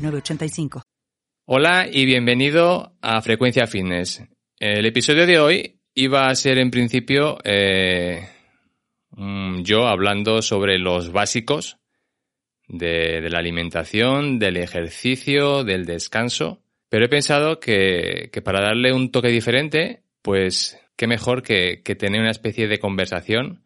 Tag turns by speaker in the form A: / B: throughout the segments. A: 985.
B: Hola y bienvenido a Frecuencia Fitness. El episodio de hoy iba a ser en principio eh, mm, yo hablando sobre los básicos de, de, la alimentación, del ejercicio, del descanso, pero he pensado que, que para darle un toque diferente, pues qué mejor que, que tener una especie de conversación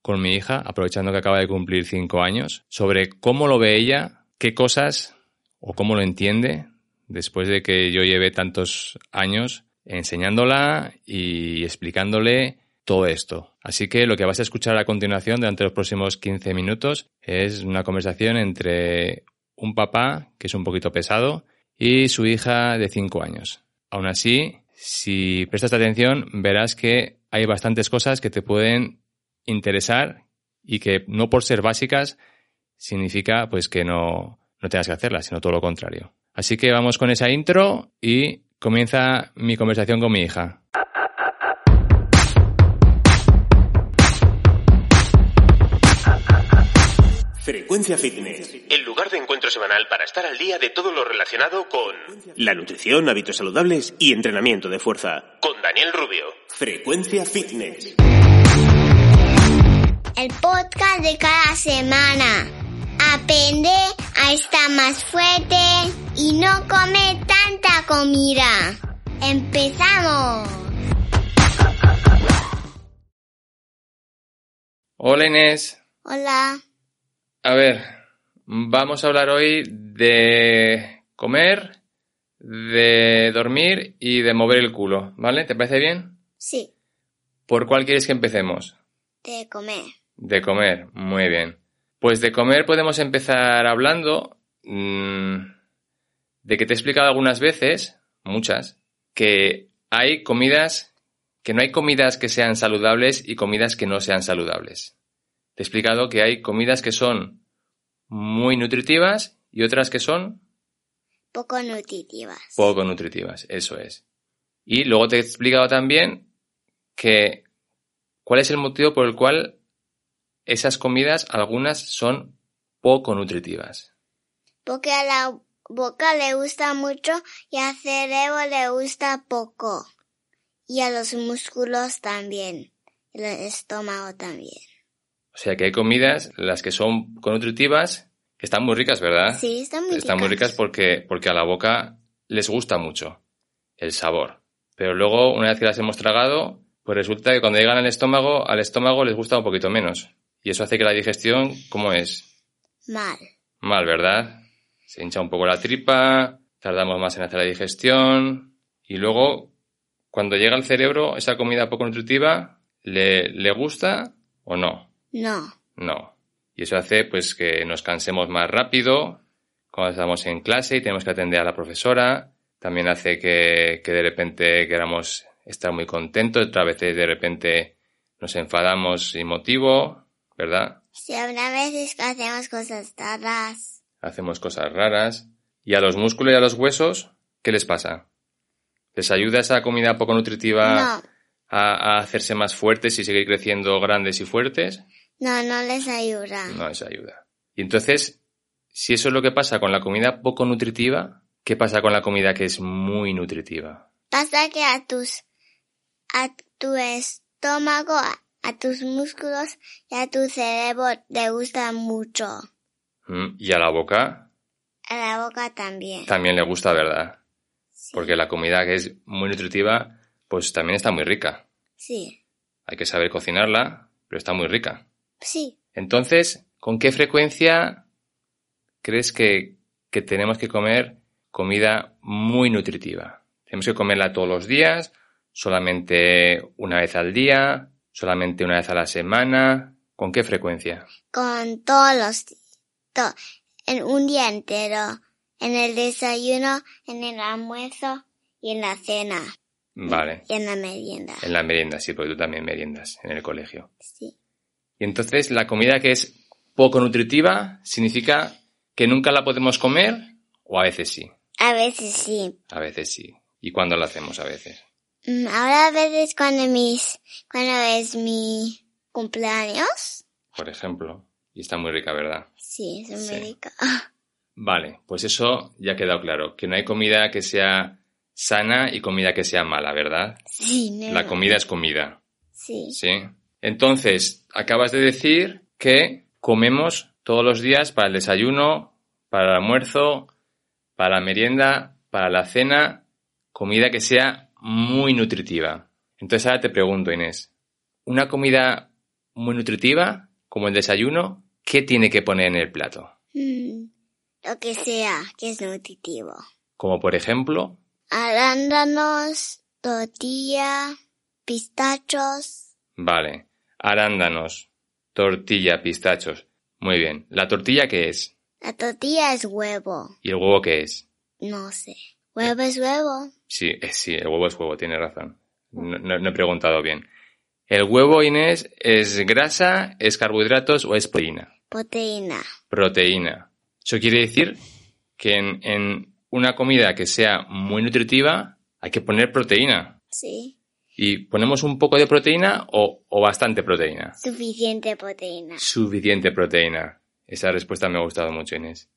B: con mi hija, aprovechando que acaba de cumplir cinco años, sobre cómo lo ve ella, qué cosas o cómo lo entiende después de que yo lleve tantos años enseñándola y explicándole todo esto. Así que lo que vas a escuchar a continuación durante los próximos 15 minutos es una conversación entre un papá, que es un poquito pesado, y su hija de 5 años. Aún así, si prestas atención, verás que hay bastantes cosas que te pueden interesar y que no por ser básicas significa pues que no no tengas que hacerla, sino todo lo contrario. Así que vamos con esa intro y comienza mi conversación con mi hija.
C: Frecuencia Fitness.
D: El lugar de encuentro semanal para estar al día de todo lo relacionado con
C: la nutrición, hábitos saludables y entrenamiento de fuerza.
D: Con Daniel Rubio.
C: Frecuencia Fitness.
E: El podcast de cada semana. Aprende a estar más fuerte y no comer tanta comida. ¡Empezamos!
B: Hola Inés.
E: Hola.
B: A ver, vamos a hablar hoy de comer, de dormir y de mover el culo, ¿vale? ¿Te parece bien?
E: Sí.
B: ¿Por cuál quieres que empecemos?
E: De comer.
B: De comer, muy bien. Pues de comer podemos empezar hablando mmm, de que te he explicado algunas veces, muchas, que hay comidas, que no hay comidas que sean saludables y comidas que no sean saludables. Te he explicado que hay comidas que son muy nutritivas y otras que son...
E: Poco nutritivas.
B: Poco nutritivas, eso es. Y luego te he explicado también que cuál es el motivo por el cual esas comidas, algunas son poco nutritivas.
E: Porque a la boca le gusta mucho y al cerebro le gusta poco. Y a los músculos también. Y al estómago también.
B: O sea que hay comidas, las que son nutritivas, que están muy ricas, ¿verdad?
E: Sí, están
B: están ricas.
E: muy
B: Ah, Están muy ricas porque, porque a la boca les gusta mucho el sabor. Pero luego, una vez que las hemos tragado, pues resulta que cuando llegan al estómago, al estómago les gusta un poquito menos. Y eso hace que la digestión, ¿cómo es?
E: Mal.
B: Mal, ¿verdad? Se hincha un poco la tripa, tardamos más en hacer la digestión. Y luego, cuando llega al cerebro, esa comida poco nutritiva, ¿le, ¿le, gusta o no?
E: No.
B: No. Y eso hace pues que nos cansemos más rápido cuando estamos en clase y tenemos que atender a la profesora. También hace que, que de repente queramos estar muy contentos, otra vez de repente nos enfadamos sin motivo. ¿verdad?
E: Sí, algunas veces que hacemos cosas raras.
B: Hacemos cosas raras. ¿Y a los músculos y a los huesos qué les pasa? ¿Les ayuda esa comida poco nutritiva
E: no.
B: a, a, hacerse más fuertes y seguir creciendo grandes y fuertes?
E: No, no les ayuda.
B: No les ayuda. Y entonces, si eso es lo que pasa con la comida poco nutritiva, ¿qué pasa con la comida que es muy nutritiva?
E: Pasa que a tus a tu estómago a tus músculos y a tu cerebro te gusta mucho.
B: Mm, ¿Y a la boca?
E: A la boca también.
B: También le gusta, ¿verdad? Sí. Porque la comida que es muy nutritiva, pues también está muy rica.
E: Sí.
B: Hay que saber cocinarla, pero está muy rica.
E: Sí.
B: Entonces, ¿con qué frecuencia crees que, que tenemos que comer comida muy nutritiva? ¿Tenemos que comerla todos los días? ¿Solamente una vez al día? solamente una vez a la semana, ¿con qué frecuencia?
E: Con todos los to, en un día entero, en el desayuno, en el almuerzo y en la cena
B: Vale.
E: y en la merienda.
B: En la merienda, sí, porque tú también meriendas en el colegio.
E: Sí.
B: Y entonces la comida que es poco nutritiva significa que nunca la podemos comer o a veces sí.
E: A veces sí.
B: A veces sí. ¿Y cuándo la hacemos a veces?
E: Mm, Ahora a veces cuando mis cuando es mi cumpleaños.
B: Por ejemplo. Y está muy rica, ¿verdad?
E: Sí, es Ah,
B: Sí.
E: muy rico.
B: Vale, pues eso ya ha quedado claro. Que no hay comida que sea sana y comida que sea mala, ¿verdad?
E: Sí, no.
B: La comida es comida.
E: Sí.
B: Sí. Entonces, acabas de decir que comemos todos los días para el desayuno, para el almuerzo, para la merienda, para la cena, comida que sea muy nutritiva. Entonces ahora te pregunto, Inés, ¿una comida muy nutritiva, como el desayuno, qué tiene que poner en el plato?
E: Mm, Lo que sea que es nutritivo.
B: Como por ejemplo,
E: Arándanos, tortilla, pistachos.
B: vale, arándanos, tortilla, pistachos. Muy bien, ¿la tortilla qué es?
E: La tortilla es huevo.
B: ¿Y el huevo qué es?
E: No sé. Huevo es huevo.
B: Sí, eh, sí, el huevo es huevo, tiene razón. No, no- no he preguntado bien. ¿El huevo, Inés, es grasa, es carbohidratos o es proteína?
E: Proteína.
B: Proteína. Eso quiere decir que en, en una comida que sea muy nutritiva hay que poner proteína.
E: Sí.
B: ¿Y ponemos un poco de proteína o, o bastante proteína?
E: Suficiente proteína.
B: Suficiente proteína. Esa respuesta me ha gustado mucho, Inés.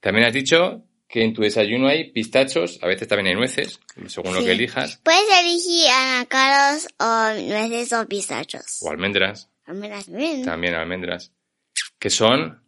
B: También has dicho que en tu desayuno hay pistachos, a veces también hay nueces, según lo
E: Sí.
B: que elijas,
E: Puedes elegir anacaros o nueces o pistachos.
B: o almendras.
E: Almendras también.
B: también almendras, que son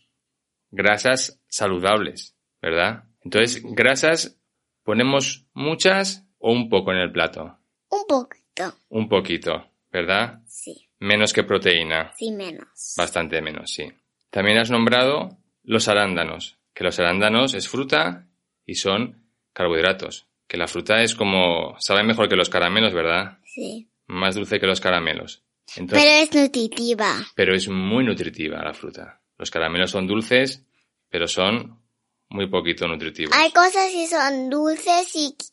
B: grasas saludables, ¿verdad? Entonces, grasas ponemos muchas o un poco en el plato,
E: Un poquito.
B: un poquito, ¿verdad?
E: Sí.
B: Menos que proteína,
E: Sí, menos.
B: bastante menos, sí. También has nombrado los arándanos, que los arándanos es fruta y son carbohidratos, que la fruta es como, sabe mejor que los caramelos, ¿verdad?
E: Sí.
B: Más dulce que los caramelos. Entonces,
E: Pero es nutritiva.
B: pero es muy nutritiva la fruta. Los caramelos son dulces, pero son muy poquito nutritivos.
E: Hay cosas que son dulces y que-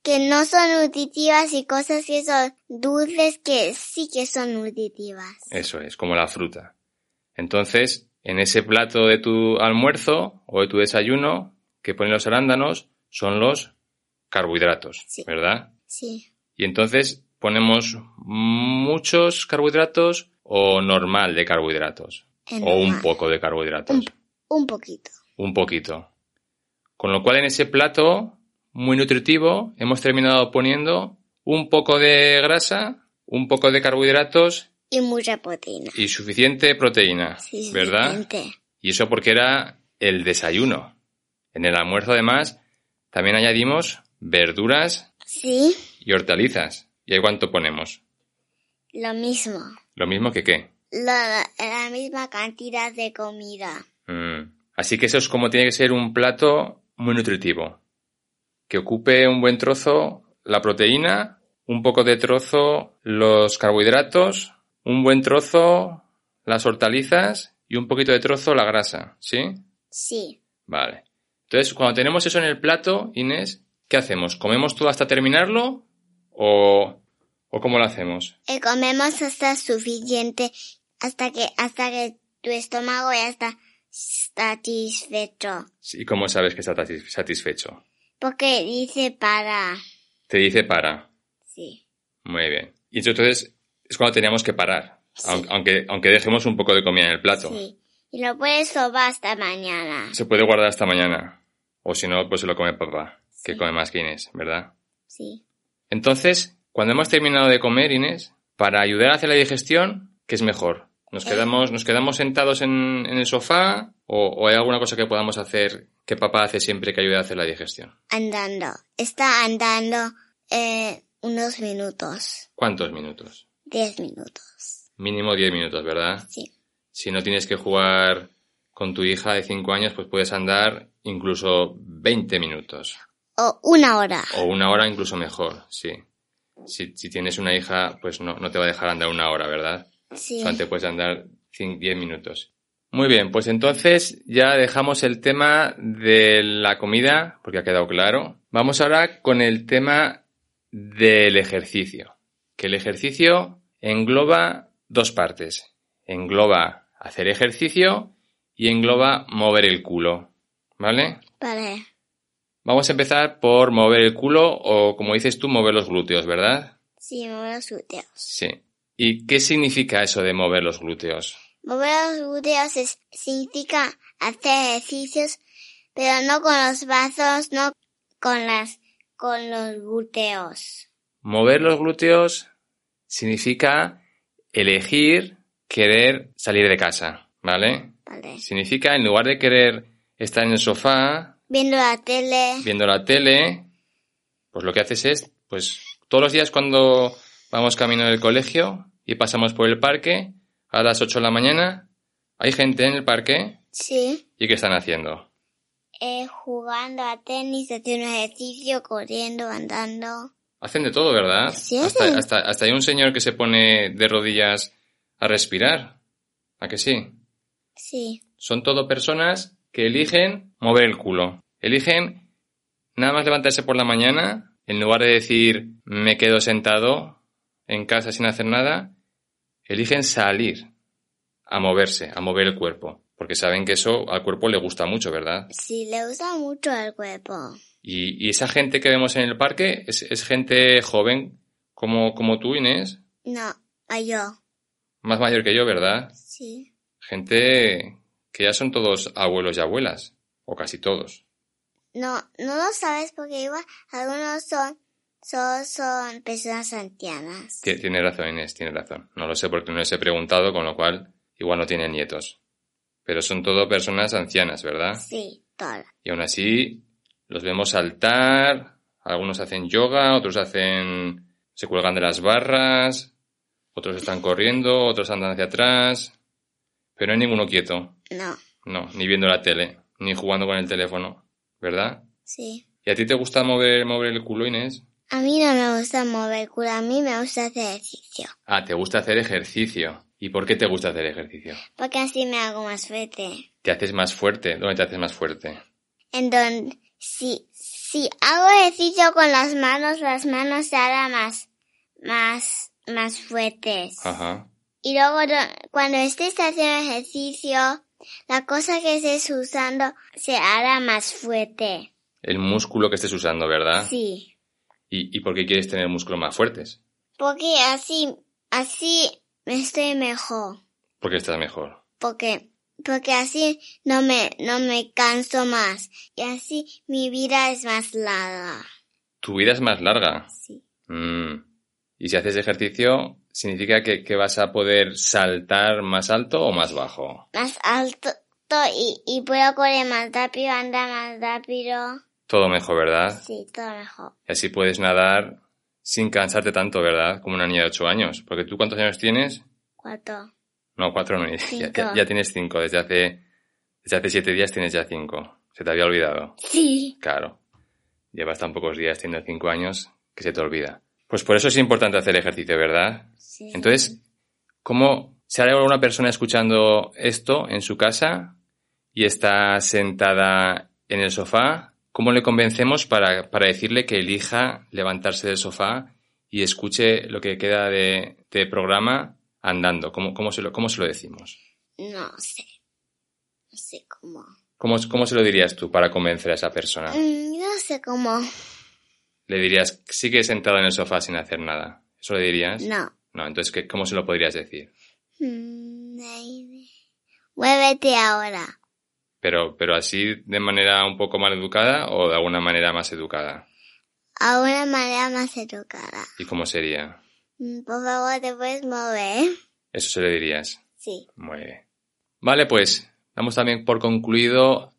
E: que no son nutritivas y cosas que son dulces que sí que son nutritivas.
B: Eso es, como la fruta. Entonces, en ese plato de tu almuerzo o de tu desayuno que ponen los arándanos son los carbohidratos,
E: Sí.
B: ¿verdad?
E: Sí.
B: Y entonces ponemos muchos carbohidratos o normal de carbohidratos
E: es
B: o un
E: normal.
B: poco de carbohidratos.
E: Un Un poquito.
B: Un poquito. Con lo cual en ese plato muy nutritivo hemos terminado poniendo un poco de grasa, un poco de carbohidratos
E: Y mucha proteína.
B: y suficiente proteína,
E: Sí,
B: ¿verdad?
E: suficiente.
B: Y eso porque era el desayuno. En el almuerzo además también añadimos verduras
E: Sí.
B: y hortalizas. ¿Y ahí cuánto ponemos?
E: Lo mismo.
B: Lo mismo que qué.
E: La, la misma cantidad de comida.
B: Mm. Así que eso es como tiene que ser un plato muy nutritivo. Que ocupe un buen trozo la proteína, un poco de trozo los carbohidratos, un buen trozo las hortalizas y un poquito de trozo la grasa, ¿sí?
E: Sí.
B: Vale. Entonces, cuando tenemos eso en el plato, Inés, ¿qué hacemos? ¿Comemos todo hasta terminarlo? ¿O, o cómo lo hacemos?
E: Y eh, comemos hasta suficiente, hasta que, hasta que tu estómago ya está satisfecho.
B: ¿Y cómo sabes que estás satis- satisfecho?
E: Porque dice para.
B: Te dice para.
E: Sí.
B: Muy bien. Y eso, entonces es cuando teníamos que parar,
E: Sí.
B: aunque- aunque, aunque dejemos un poco de comida en el plato.
E: Sí. Y lo puedes sobar hasta mañana.
B: Se puede guardar hasta mañana. O si no, pues se lo come papá, que
E: Sí.
B: come más que Inés, ¿verdad?
E: Sí.
B: Entonces, cuando hemos terminado de comer, Inés, para ayudar a hacer la digestión, ¿qué es mejor? ¿Nos
E: Eh.
B: quedamos, nos quedamos sentados en, en el sofá o, o hay alguna cosa que podamos hacer que papá hace siempre que ayuda a hacer la digestión?
E: Andando. Está andando eh, unos minutos.
B: ¿Cuántos minutos?
E: Diez minutos.
B: Mínimo 10 minutos, ¿verdad?
E: Sí.
B: si no tienes que jugar con tu hija de 5 años, pues puedes andar incluso 20 minutos
E: O una hora.
B: o una hora incluso mejor, sí. Si, si tienes una hija, pues no, no te va a dejar andar una hora, ¿verdad?
E: Sí.
B: Solamente puedes andar 10 minutos. Muy bien, pues entonces ya dejamos el tema de la comida, porque ha quedado claro. Vamos ahora con el tema del ejercicio, que el ejercicio engloba dos partes. Engloba hacer ejercicio y engloba mover el culo, ¿vale?
E: Vale.
B: Vamos a empezar por mover el culo o, como dices tú, mover los glúteos, ¿verdad?
E: Sí, mover los glúteos.
B: Sí. ¿Y qué significa eso de mover los glúteos?
E: Mover los glúteos es- significa hacer ejercicios, pero no con los brazos, no con las con los glúteos.
B: Mover los glúteos significa elegir querer salir de casa, ¿vale?
E: Vale.
B: Significa, en lugar de querer estar en el sofá,
E: Viendo la tele.
B: viendo la tele, pues lo que haces es, pues todos los días cuando vamos camino del colegio y pasamos por el parque, a las 8 de la mañana, hay gente en el parque
E: Sí.
B: y ¿qué están haciendo?
E: Eh, jugando a tenis, haciendo ejercicio, corriendo, andando.
B: Hacen de todo, ¿verdad?
E: Sí.
B: Hasta, hasta, hasta hay un señor que se pone de rodillas a respirar. ¿A que sí?
E: Sí.
B: Son todo personas que eligen mover el culo. Eligen nada más levantarse por la mañana, en lugar de decir me quedo sentado en casa sin hacer nada, eligen salir a moverse, a mover el cuerpo. Porque saben que eso al cuerpo le gusta mucho, ¿verdad?
E: Sí, le gusta mucho el cuerpo.
B: Y, y esa gente que vemos en el parque es, es gente joven como, como tú, Inés,
E: No, a yo.
B: más mayor que yo, ¿verdad?
E: Sí.
B: Gente que ya son todos abuelos y abuelas, o casi todos.
E: No, no lo sabes porque igual algunos son, son, son personas ancianas.
B: Tie- Tiene razón, Inés, tiene razón. No lo sé porque no les he preguntado, con lo cual igual no tiene nietos. Pero son todo personas ancianas, ¿verdad?
E: Sí, todo.
B: Y aún así los vemos saltar, algunos hacen yoga, otros hacen... se cuelgan de las barras, otros están corriendo, otros andan hacia atrás. Pero no hay ninguno quieto,
E: No,
B: no, ni viendo la tele, ni jugando con el teléfono, ¿verdad?
E: sí.
B: ¿Y a ti te gusta mover, mover el culo, Inés?
E: A mí no me gusta mover el culo, a mí me gusta hacer ejercicio.
B: Ah, te gusta hacer ejercicio. ¿Y por qué te gusta hacer ejercicio?
E: Porque así me hago más fuerte.
B: Te haces más fuerte. ¿Dónde te haces más fuerte?
E: En donde, si, si hago ejercicio con las manos, las manos se harán más, más, más fuertes.
B: Ajá.
E: Y luego do- cuando estés haciendo ejercicio, la cosa que estés usando se hará más fuerte.
B: El músculo que estés usando, ¿verdad?
E: Sí.
B: ¿Y, y por qué quieres tener músculos más fuertes?
E: Porque así, así me estoy mejor.
B: Porque estás mejor.
E: Porque, porque así no me, no me canso más. Y así mi vida es más larga.
B: Tu vida es más larga.
E: Sí.
B: Mm. Y si haces ejercicio, ¿significa que, que vas a poder saltar más alto o más bajo?
E: Más alto y, y puedo correr más rápido, andar más rápido.
B: Todo mejor, ¿verdad?
E: Sí, todo mejor.
B: Y así puedes nadar sin cansarte tanto, ¿verdad? Como una niña de 8 años. Porque tú, ¿cuántos años tienes?
E: Cuatro.
B: No, cuatro no. Ya, ya-
E: Cinco.
B: ya tienes cinco. Desde hace, desde hace siete días tienes ya cinco. Se te había olvidado.
E: Sí.
B: Claro. Llevas tan pocos días teniendo cinco años que se te olvida. Pues por eso es importante hacer ejercicio, ¿verdad?
E: Sí.
B: Entonces, ¿cómo se ahora una persona escuchando esto en su casa y está sentada en el sofá? ¿Cómo le convencemos para, para decirle que elija levantarse del sofá y escuche lo que queda de, de programa andando? ¿Cómo, cómo, se lo, ¿Cómo se lo decimos?
E: No sé. No sé cómo.
B: ¿Cómo, ¿Cómo se lo dirías tú para convencer a esa persona?
E: Mm, No sé cómo.
B: Le dirías, sigue sentado en el sofá sin hacer nada. ¿Eso le dirías?
E: No.
B: No, entonces, ¿qué- ¿cómo se lo podrías decir?
E: Mm, ay, Muévete ahora.
B: Pero, pero así de manera un poco mal educada o de alguna manera más educada.
E: A una manera más educada.
B: ¿Y cómo sería?
E: Mm, Por favor, te puedes mover.
B: Eso se le dirías.
E: Sí.
B: Muy bien. Vale, pues damos también por concluido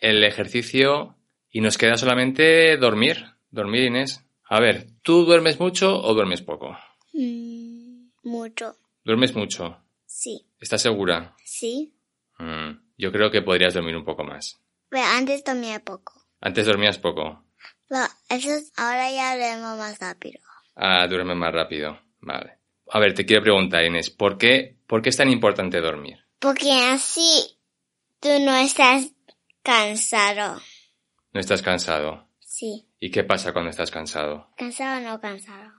B: el ejercicio y nos queda solamente dormir. Dormir, Inés. A ver, ¿tú duermes mucho o duermes poco?
E: Mm, Mucho.
B: Duermes mucho.
E: Sí.
B: ¿Estás segura?
E: Sí.
B: Mm, yo creo que podrías dormir un poco más.
E: Pero antes dormía poco.
B: Antes dormías poco.
E: Pero eso es- ahora ya duermo más rápido.
B: Ah, duermes más rápido. Vale. A ver, te quiero preguntar, Inés, ¿por qué, ¿por qué es tan importante dormir?
E: porque así tú no estás cansado.
B: No estás cansado.
E: Sí,
B: ¿Y qué pasa cuando estás cansado?
E: cansado no cansado.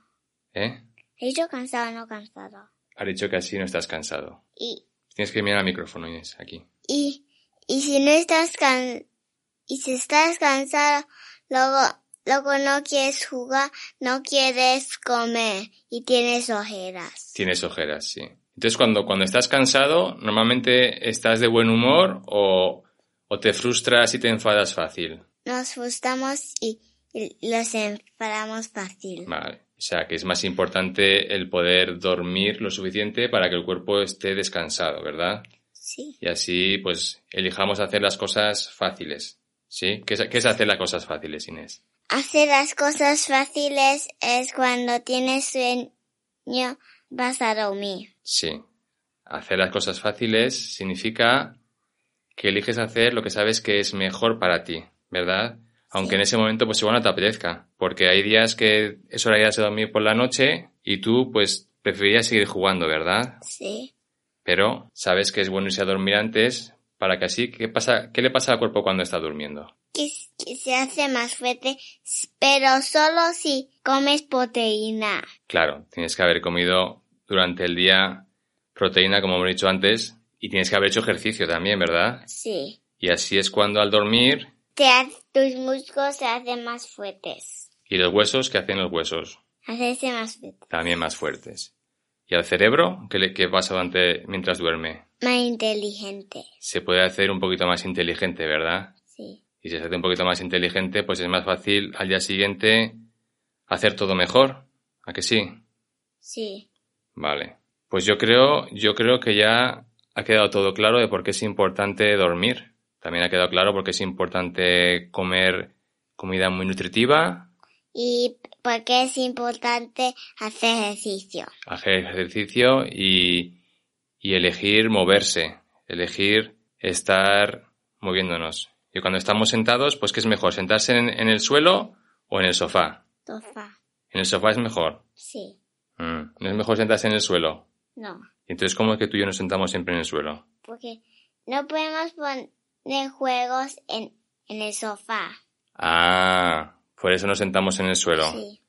B: ¿Eh?
E: He dicho cansado no cansado.
B: Ha dicho que así no estás cansado.
E: Y,
B: Tienes que mirar al micrófono, Inés, aquí.
E: y, y si no estás cansado, y si estás cansado, luego, luego no quieres jugar, no quieres comer y tienes ojeras.
B: Tienes ojeras, sí. Entonces, cuando, cuando estás cansado, normalmente estás de buen humor o, o te frustras y te enfadas fácil.
E: Nos frustramos y, y los enfadamos fácil.
B: Vale. O sea, que es más importante el poder dormir lo suficiente para que el cuerpo esté descansado, ¿verdad?
E: Sí.
B: Y así, pues, elijamos hacer las cosas fáciles. ¿Sí? ¿Qué es, qué es hacer las cosas fáciles, Inés?
E: Hacer las cosas fáciles es cuando tienes sueño, vas a dormir.
B: Sí. Hacer las cosas fáciles significa que eliges hacer lo que sabes que es mejor para ti, ¿verdad? Aunque en ese momento pues igual no te apetezca, porque hay días que es hora ya de dormir por la noche y tú pues preferirías seguir jugando, ¿verdad?
E: Sí.
B: Pero sabes que es bueno irse a dormir antes para que así, ¿qué, pasa, ¿qué le pasa al cuerpo cuando está durmiendo?
E: Que, s- que se hace más fuerte, s- pero solo si comes proteína.
B: Claro, tienes que haber comido durante el día proteína, como hemos dicho antes, y tienes que haber hecho ejercicio también, ¿verdad?
E: Sí.
B: Y así es cuando al dormir
E: Te ha- tus músculos se hacen más fuertes.
B: Y los huesos, ¿qué hacen los huesos?
E: Hacerse más fuerte.
B: También más fuertes. ¿Y al cerebro? ¿Qué, le, qué pasa durante, mientras duerme?
E: Más inteligente.
B: Se puede hacer un poquito más inteligente, ¿verdad?
E: Sí.
B: Y si se hace un poquito más inteligente, pues es más fácil al día siguiente hacer todo mejor. ¿A que sí?
E: Sí.
B: Vale. Pues yo creo, yo creo que ya ha quedado todo claro de por qué es importante dormir. También ha quedado claro por qué es importante comer comida muy nutritiva,
E: Y porque es importante hacer ejercicio.
B: hacer ejercicio y, y elegir moverse, elegir estar moviéndonos. Y cuando estamos sentados, pues ¿qué es mejor? ¿Sentarse en, en el suelo o en el sofá?
E: Tofa.
B: En el sofá es mejor.
E: Sí.
B: Mm, No es mejor sentarse en el suelo.
E: No.
B: Y Entonces, ¿cómo es que tú y yo nos sentamos siempre en el suelo?
E: porque no podemos poner juegos en, en el sofá.
B: Ah, por eso nos sentamos en el suelo.
E: Sí,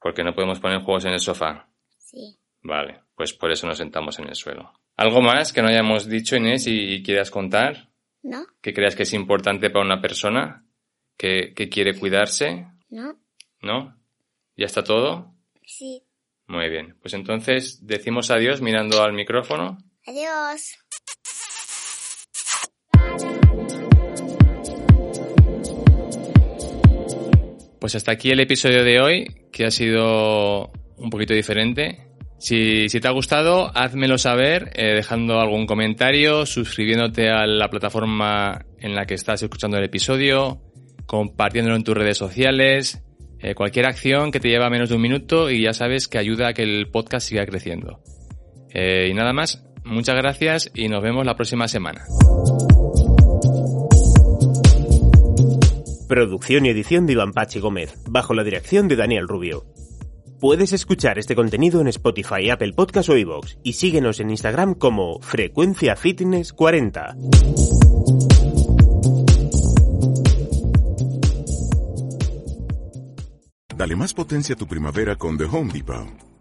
B: Porque no podemos poner juegos en el sofá.
E: sí.
B: Vale, pues por eso nos sentamos en el suelo. ¿Algo más que no hayamos dicho, Inés, y- y quieras contar?
E: ¿No?
B: que creas que es importante para una persona que, que quiere cuidarse,
E: ¿No?
B: ¿no? ¿Ya está todo?
E: Sí.
B: Muy bien. Pues entonces decimos adiós mirando al micrófono.
E: Adiós.
B: Pues hasta aquí el episodio de hoy, que ha sido un poquito diferente. Si, si te ha gustado, házmelo saber eh, dejando algún comentario, suscribiéndote a la plataforma en la que estás escuchando el episodio, compartiéndolo en tus redes sociales, eh, cualquier acción que te lleva menos de un minuto y ya sabes que ayuda a que el podcast siga creciendo. Eh, y nada más, muchas gracias y nos vemos la próxima semana.
C: Producción y edición de Iván Pache Gómez, bajo la dirección de Daniel Rubio. Puedes escuchar este contenido en Spotify, Apple Podcast o iVoox y síguenos en Instagram como Frecuencia Fitness 40.
F: Dale más potencia a tu primavera con The Home Depot.